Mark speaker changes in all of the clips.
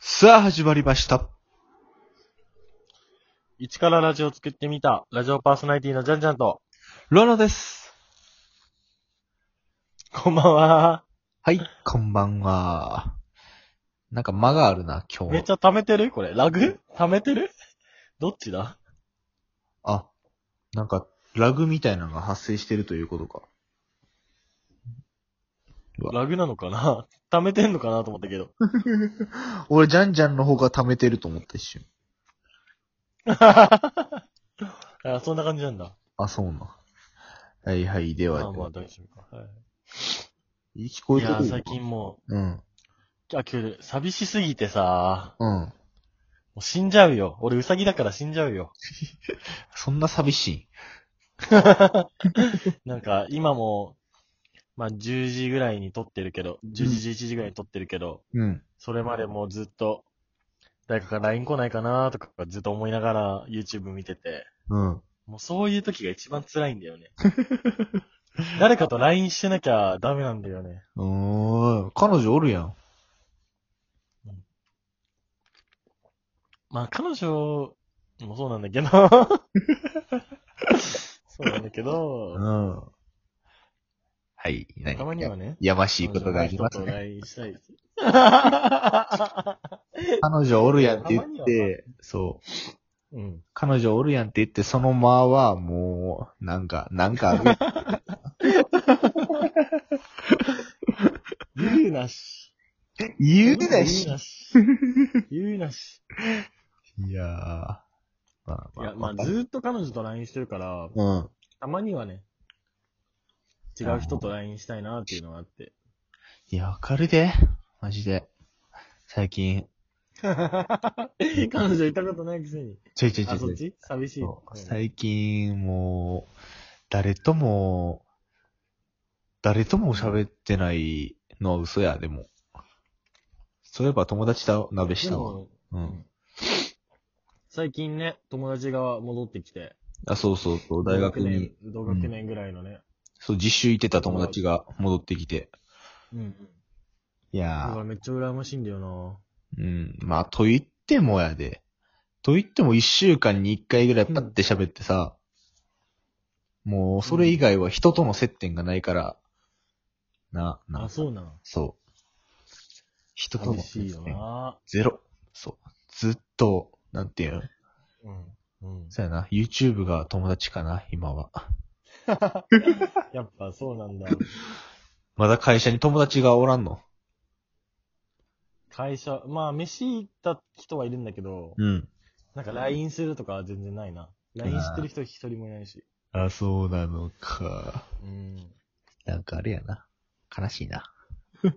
Speaker 1: さあ、始まりました。
Speaker 2: 一からラジオ作ってみた、ラジオパーソナリティのジャンジャンと、
Speaker 1: ロロです。
Speaker 2: こんばんは。
Speaker 1: はい、こんばんは。なんか間があるな、今
Speaker 2: めっ
Speaker 1: 日
Speaker 2: ち。ゃ溜めてるこれ。ラグ溜めてるどっちだ
Speaker 1: あ、なんか、ラグみたいなのが発生してるということか。うわ
Speaker 2: ラグなのかな溜めてんのかなと思ったけど。
Speaker 1: 俺、ジャンジャンの方が溜めてると思った一瞬。
Speaker 2: あそんな感じなんだ。
Speaker 1: あ、そうな。はいはい、で
Speaker 2: ま
Speaker 1: は
Speaker 2: あ、まあ大丈夫か。はい
Speaker 1: 聞こ
Speaker 2: い
Speaker 1: えて
Speaker 2: や
Speaker 1: くる
Speaker 2: ー、最。近も
Speaker 1: うん、
Speaker 2: う、あ、今日、寂しすぎてさ、
Speaker 1: うん。
Speaker 2: もう死んじゃうよ。俺、ウサギだから死んじゃうよ。
Speaker 1: そんな寂しい。
Speaker 2: なんか、今も、まあ、10時ぐらいに撮ってるけど、10時、11時ぐらいに撮ってるけど、
Speaker 1: うん。
Speaker 2: それまでもうずっと、誰かから LINE 来ないかなとかずっと思いながら YouTube 見てて、
Speaker 1: うん。
Speaker 2: もうそういう時が一番辛いんだ よね。誰かと LINE してなきゃダメなんだよね。
Speaker 1: おー、彼女おるやん。
Speaker 2: まあ彼女もそうなん だけど、そうなんだけ
Speaker 1: う
Speaker 2: ど、
Speaker 1: ん。はい、何
Speaker 2: たまにはね、
Speaker 1: やましいことがあります
Speaker 2: 彼
Speaker 1: ね
Speaker 2: 女。の人と LINE したい。
Speaker 1: 彼女おるやんって言って、そう。
Speaker 2: うん。
Speaker 1: 彼女おるやんって言って、その間はもう、なんか、なんかあるやん。
Speaker 2: 言うなし。
Speaker 1: 言うなし
Speaker 2: 言う。なし。言うなし。
Speaker 1: いやー。まあ
Speaker 2: いや、まあ、ずーっと彼女と LINE してるから、
Speaker 1: うん。
Speaker 2: たまにはね、違う人と LINE したいなっていうのがあって。
Speaker 1: いや、わかるで。マジで。最近。
Speaker 2: 彼女いたことないくせに。
Speaker 1: ちょいちょいちょ
Speaker 2: あ、
Speaker 1: いち
Speaker 2: そ
Speaker 1: ょ
Speaker 2: っ
Speaker 1: い。
Speaker 2: ち寂しい。
Speaker 1: そう
Speaker 2: うん
Speaker 1: 最近、もう、誰とも、誰とも喋ってないのは嘘や、でも。そういえば友達と鍋し
Speaker 2: で
Speaker 1: たわ。
Speaker 2: も、
Speaker 1: うん。
Speaker 2: 最近ね、友達が戻ってきて。
Speaker 1: あ、そうそうそう、大学に。
Speaker 2: 同学年。同学年ぐらいのね。
Speaker 1: そう、実習行ってた友達が戻ってきて。
Speaker 2: うん。うん。
Speaker 1: い
Speaker 2: だ
Speaker 1: や
Speaker 2: からめっちゃ羨ましいんだよな
Speaker 1: ー、うん。まあ、と言ってもやで。と言っても一週間に一回ぐらいパッて喋ってさ、もう、それ以外は人との接点がないから、な、な、
Speaker 2: あ、そうなん。
Speaker 1: そう。人との
Speaker 2: 寂しい
Speaker 1: 接
Speaker 2: よ
Speaker 1: 点
Speaker 2: な
Speaker 1: ゼロ。そう。ずっと、なんていうの
Speaker 2: うん。うん。
Speaker 1: そうやな。YouTube が友達かな、今は。
Speaker 2: やっぱそうなんだ。
Speaker 1: まだ会社に友達がおらんの。
Speaker 2: 会社、まあ、飯行った人はいるんだけど、
Speaker 1: うん。
Speaker 2: なんか LINE するとかは全然ないな。LINE してる人一人もいないし。
Speaker 1: あ、そうなのか。
Speaker 2: うん。
Speaker 1: なんかあれやな。悲しいな。ま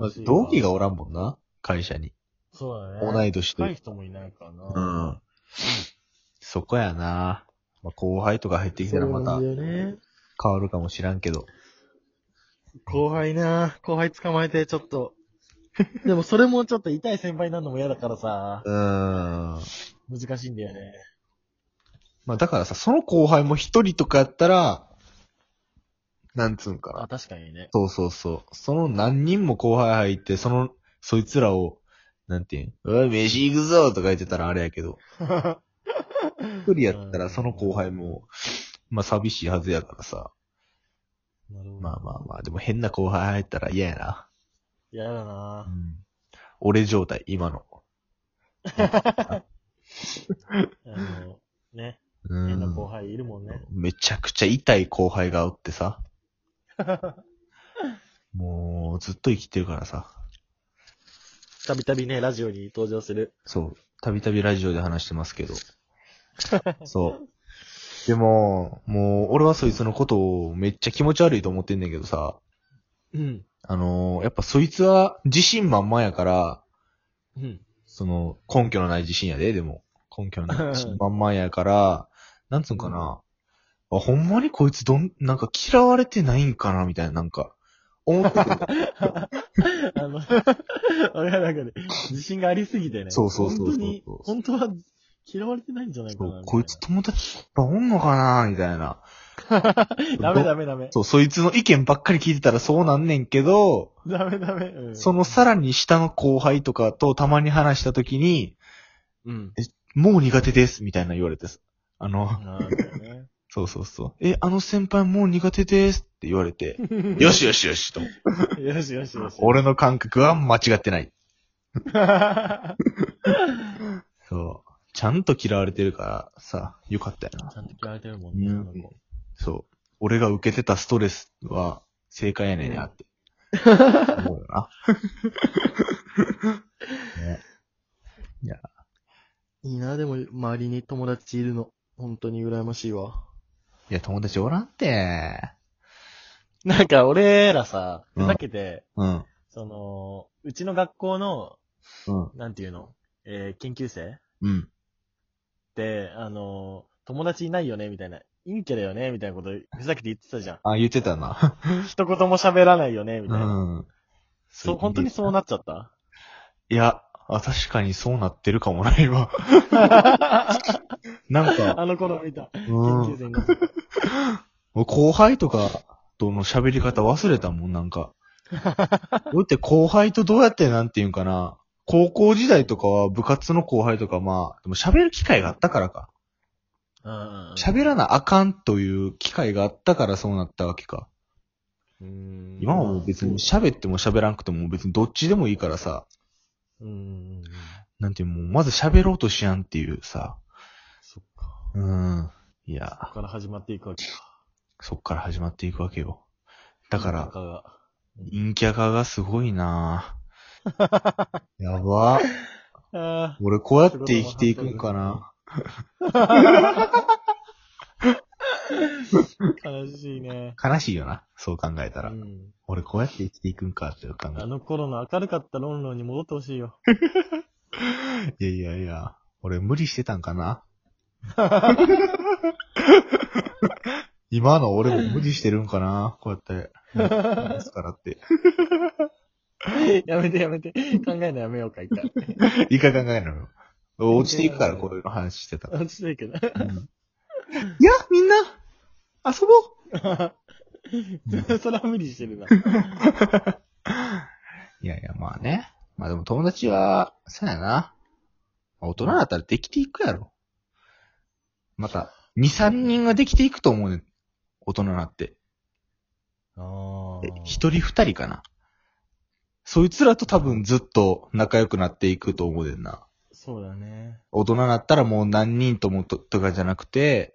Speaker 2: 悲
Speaker 1: ず
Speaker 2: しいわ
Speaker 1: 同期がおらんもんな。会社に。
Speaker 2: そうだね。
Speaker 1: 同い年と
Speaker 2: 若い。人もいないから
Speaker 1: う。ん。
Speaker 2: な。
Speaker 1: そこやな。まあ、後輩とか入ってきたらまた
Speaker 2: そうなんだよね。
Speaker 1: 変わるかもしらんけど。
Speaker 2: 後輩な後輩捕まえて、ちょっ と。でもそれもちょっと痛い先輩になるのも嫌だからさ、
Speaker 1: うーん。
Speaker 2: 難しいんだよね。
Speaker 1: まあ、だからさ、その後輩も一人とかやったら、なんつうんか
Speaker 2: あ、
Speaker 1: な。
Speaker 2: 確かにね。
Speaker 1: そうそうそう。その何人も後輩入って、その、そいつらを、なんていうん、おい、飯行くぞとか言ってたらあれやけ ど、一人やったらその後輩も、まあ寂しいはずやからさ。
Speaker 2: なるほど。
Speaker 1: まあまあまあ、でも変な後輩入ったら嫌やな。
Speaker 2: 嫌だな
Speaker 1: 俺状態、今の。
Speaker 2: あの、ね。
Speaker 1: う
Speaker 2: 変な後
Speaker 1: ん。
Speaker 2: 輩いるもんね。
Speaker 1: めちゃくちゃ痛い後輩がおってさ。もう、ずっと生きてるからさ。
Speaker 2: たびたびね、ラジオに登場する。
Speaker 1: そう。たびたびラジオで話してますけ ど。そう。でも、もう、俺はそいつのことをめっちゃ気持ち悪いと思ってんねんけどさ。
Speaker 2: うん。
Speaker 1: あのーやっぱそいつは自信満々やから、
Speaker 2: うん。
Speaker 1: その、根拠のない自信やで、でも。根拠のない自信満々やから、なんつうんかな。あ、ほんまにこいつどん、なんか嫌われてないんかな、みたいな、なんか。思ってた
Speaker 2: あの、 俺はなんかね、自信がありすぎてね。
Speaker 1: そうそうそうそう
Speaker 2: 本当に、本当は嫌われてないんじゃないか
Speaker 1: そ
Speaker 2: な
Speaker 1: う
Speaker 2: みたいな。
Speaker 1: こいつ友達いっぱいおんのかな、みたいな。
Speaker 2: ダメダメダメ。
Speaker 1: そう、そいつの意見ばっかり聞いてたらそうなんねんけど、
Speaker 2: ダメダメ。うん
Speaker 1: そのさらに下の後輩とかとたまに話したときに、
Speaker 2: うん。
Speaker 1: もう苦手です、みたいな言われてさ。あの、
Speaker 2: なんだよね。
Speaker 1: そうそうそう。え、あの先輩もう苦手ですって言われ て、よしよしよしと。
Speaker 2: よしよしよし。
Speaker 1: 俺の感覚は間違ってない。
Speaker 2: ち
Speaker 1: そう。ちゃんと嫌われてるからさ、よかったよな。
Speaker 2: ゃんと嫌われてるもんね。
Speaker 1: うんそう。俺が受けてたストレスは正解やねんやって。思うよ な。ね
Speaker 2: いいな、でも、周りに友達いるの。本当に羨ましいわ。
Speaker 1: いや、友達おらんて。
Speaker 2: なんか、俺らさ、
Speaker 1: うん
Speaker 2: ふざけて、
Speaker 1: うん。
Speaker 2: その、うちの学校の、
Speaker 1: うん。
Speaker 2: なんていうの、えー研究生
Speaker 1: うん。
Speaker 2: で、あのー友達いないよね、みたいな。陰キャだよね、みたいなこと、ふざけて言ってたじゃん。
Speaker 1: あ、言ってたな。
Speaker 2: 一言も喋らないよね、み
Speaker 1: う
Speaker 2: たいな。
Speaker 1: ん。
Speaker 2: そう、本当にそうなっちゃった
Speaker 1: いや、あ、確かにそうなってるかもな、 今。なんか、
Speaker 2: あの頃見た。
Speaker 1: う
Speaker 2: 研究
Speaker 1: ん。
Speaker 2: 生の。
Speaker 1: 俺後輩とかとの喋り方忘れたもん、なん か。どうやって後輩とどうやってなんていうんかな。高校時代とかは部活の後輩とかまあ、でも喋る機会があったからか。
Speaker 2: うん
Speaker 1: 喋らなあかんという機会があったからそうなったわけか。
Speaker 2: うん
Speaker 1: 今はもう別に喋っても喋らんくても別にどっちでもいいからさ。
Speaker 2: うんうんうん。
Speaker 1: なんていうのもうまず喋ろうとしやんっていうさ。
Speaker 2: そっか。
Speaker 1: うん。い
Speaker 2: そ
Speaker 1: や、
Speaker 2: こから始まっていくわけか。
Speaker 1: そっから始まっていくわけよ。だか
Speaker 2: なん
Speaker 1: ら、
Speaker 2: が
Speaker 1: 陰キャ化がすごいなぁやば。
Speaker 2: あ
Speaker 1: 俺こうやって生きていくんかな。
Speaker 2: あ、悲しいね。
Speaker 1: 悲しいよな。そう考えたら。
Speaker 2: うん
Speaker 1: 俺こうやって生きていくんかっていう考
Speaker 2: あの頃の明るかったロンロンに戻ってほしいよ。
Speaker 1: え。いやいやいや。俺無理してたんか な。今の俺も無理してるんかな。こうやって。ですからって。
Speaker 2: やめてやめて。考えないやめようか、一回。
Speaker 1: 一回考えなよ。落ちていくからこういうの話してたら。
Speaker 2: 落ちてるけど。
Speaker 1: うんいや、みんな、遊ぼう
Speaker 2: それは無理してるな。
Speaker 1: いやいや、まあね。まあでも友達は、そうやな。まあ大人だったらできていくやろ。また、2、3人ができていくと思うねん。大人になって。
Speaker 2: あ
Speaker 1: え一人二人かな。そいつらと多分ずっと仲良くなっていくと思うねんな。
Speaker 2: そうだね。
Speaker 1: 大人になったらもう何人ともととかじゃなくて、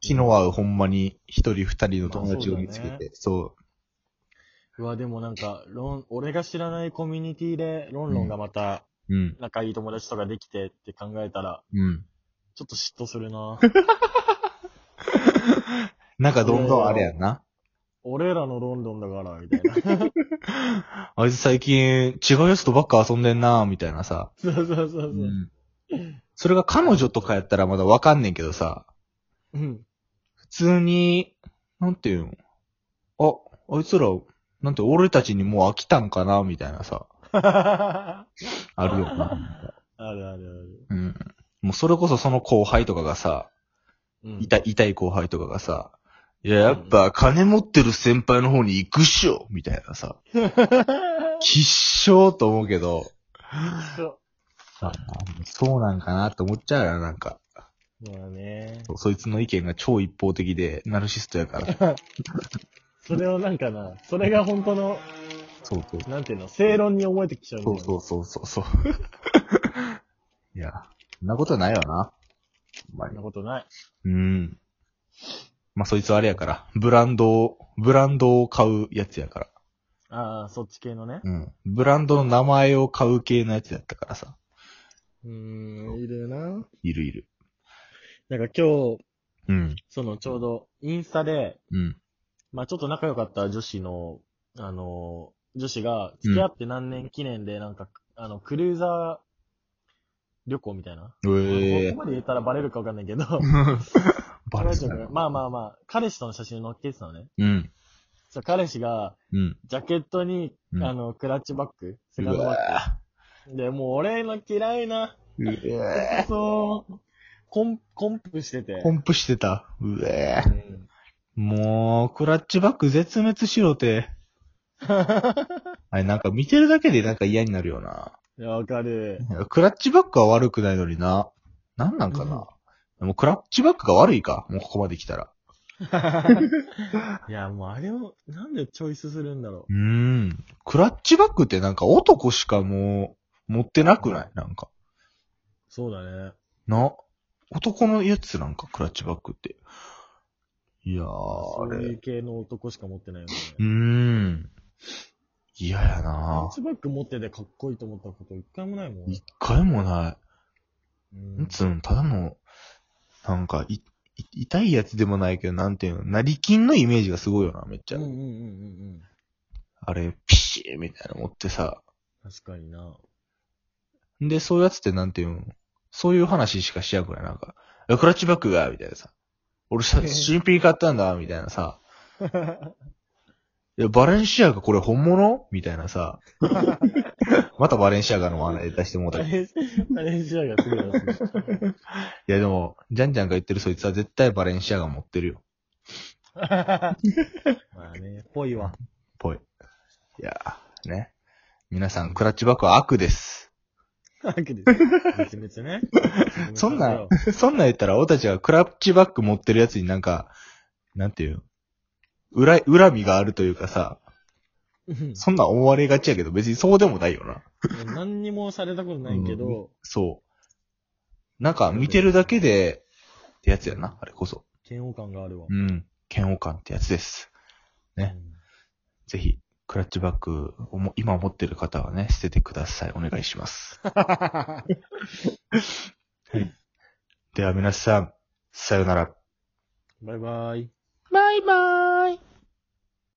Speaker 1: 気の合うほんまに一人二人の友達を見つけて、
Speaker 2: まあそうだ
Speaker 1: そう
Speaker 2: わ、でもなんか、ロン、俺が知らないコミュニティで、ロンロンがまた、
Speaker 1: う。うん。
Speaker 2: 仲いい友達とかできてって考えたら、
Speaker 1: うん。
Speaker 2: ちょっと嫉妬する な。
Speaker 1: なんかどんどんあれやんな。
Speaker 2: 俺らのロンドンだから、みたいな。
Speaker 1: あいつ最近違うやつとばっか遊んでんなみたいなさ。
Speaker 2: そうそうそうそう。
Speaker 1: それが彼女とかやったらまだわかんねんけどさ。
Speaker 2: うん。
Speaker 1: 普通に、なんていうのあ、あいつら、なんて俺たちにもう飽きたんかなみたいなさ。
Speaker 2: あ
Speaker 1: あるよな。
Speaker 2: るあるある。
Speaker 1: うん。もうそれこそその後輩とかがさ、
Speaker 2: うん
Speaker 1: 痛い、痛い後輩とかがさ、いや、やっぱ金持ってる先輩の方に行くっしょみたいなさ。きっしょーと思うけど、
Speaker 2: そう。
Speaker 1: さそうなんかなって思っちゃうよな、なんか。
Speaker 2: まあね。
Speaker 1: そうそいつの意見が超一方的で、ナルシストや から。
Speaker 2: それをなんかな、それが本当の、
Speaker 1: そうそう。
Speaker 2: なんていうの、正論に思えてきちゃうんだ
Speaker 1: そ
Speaker 2: よ
Speaker 1: う
Speaker 2: ね
Speaker 1: そうそうそうそう。 いや、そんなことないよな。ほんま
Speaker 2: そん
Speaker 1: に
Speaker 2: なことない。
Speaker 1: うん。まあ、そいつはあれやから。ブランドを、ブランドを買うやつやから。
Speaker 2: ああ、そっち系のね。
Speaker 1: うん。ブランドの名前を買う系のやつやったからさ。
Speaker 2: うーん、いるよな。なんか
Speaker 1: いるいる。
Speaker 2: 今日、
Speaker 1: うん。
Speaker 2: そのちょうど、インスタで、
Speaker 1: うん。
Speaker 2: まあちょっと仲良かった女子の、あの、女子が、付き合って何年記念で、なんか、あの、クルーザー旅行みたいな。
Speaker 1: え
Speaker 2: ここまで言ったらバレるかわかんないけど、
Speaker 1: バレちゃ
Speaker 2: 彼女がまあまあまあ、彼氏との写真載っけてたのね。
Speaker 1: うん。
Speaker 2: そう彼氏が、
Speaker 1: うん。
Speaker 2: ジャケットに、
Speaker 1: うん
Speaker 2: あの、クラッチバッグ、セ
Speaker 1: う
Speaker 2: カンドバ
Speaker 1: わ
Speaker 2: ッグ。で、もう俺の嫌いな、
Speaker 1: ぁうわぁ
Speaker 2: そう、コン、コンプしてて。
Speaker 1: コンプしてた。うわ
Speaker 2: う
Speaker 1: ぁ
Speaker 2: ん
Speaker 1: もう、クラッチバック絶滅しろ て。あれ、なんか見てるだけでなんか嫌になるよな。
Speaker 2: いや、わかる。
Speaker 1: クラッチバックは悪くないのにな。なんなんかな。もうクラッチバックが悪いか。もうここまで来たら。
Speaker 2: いや、もうあれを、なんでチョイスするんだろ
Speaker 1: うーん。クラッチバックってなんか男しかもう、持ってなくないなんか。
Speaker 2: う。そうだね。
Speaker 1: な。男のやつなんか、クラッチバックって。いやー、
Speaker 2: そ
Speaker 1: あ
Speaker 2: うい
Speaker 1: れ。
Speaker 2: う系の男しか持ってないよね。
Speaker 1: うーん。嫌やな
Speaker 2: ハッチバック持っててかっこいいと思ったこと一回もないもん。
Speaker 1: 一回もな
Speaker 2: う
Speaker 1: い。なん
Speaker 2: ん、
Speaker 1: つうの、ただの、なんか、い、い痛いやつでもないけど、なんていうの、成金のイメージがすごいよな、めっちゃ。
Speaker 2: うんうんうんうんうん。
Speaker 1: あれ、ピシーみたいなの持ってさ。
Speaker 2: 確かにな。
Speaker 1: で、そういうやつってなんていうのそういう話しかしやくないなんか、いやクラッチバックが、みたいなさ。俺さ、新品買ったんだ、みたいな さ。いや、バレンシアガこれ本物みたいなさ。 またバレンシアガの話題出してもうた
Speaker 2: バ
Speaker 1: けど。い
Speaker 2: レンバレンシアガすぐやつ。
Speaker 1: や、でも、ジャンジャンが言ってるそいつは絶対バレンシアガ持ってるよ。
Speaker 2: まあね、ぽい わ。
Speaker 1: ぽい。いやー、ね。皆さん、クラッチバックは悪です。
Speaker 2: わけです。めちゃめちゃね。
Speaker 1: そんな、そんなん言ったら、俺たちがクラッチバック持ってるやつになんか、なんていうの恨、恨みがあるというかさ、
Speaker 2: うん
Speaker 1: そんなん思われがちやけど、別にそうでもないよな。
Speaker 2: 何にもされたことないけど、
Speaker 1: そう。なんか、見てるだけで、ってやつやな、あれこそ。
Speaker 2: 嫌悪感があるわ
Speaker 1: う。ん。嫌悪感ってやつです。ねぜひ、クラッチバックをも今持ってる方はね、捨ててください。お願いします。では皆さん、さようなら。
Speaker 2: うん。バイバイ。
Speaker 1: バイバーイ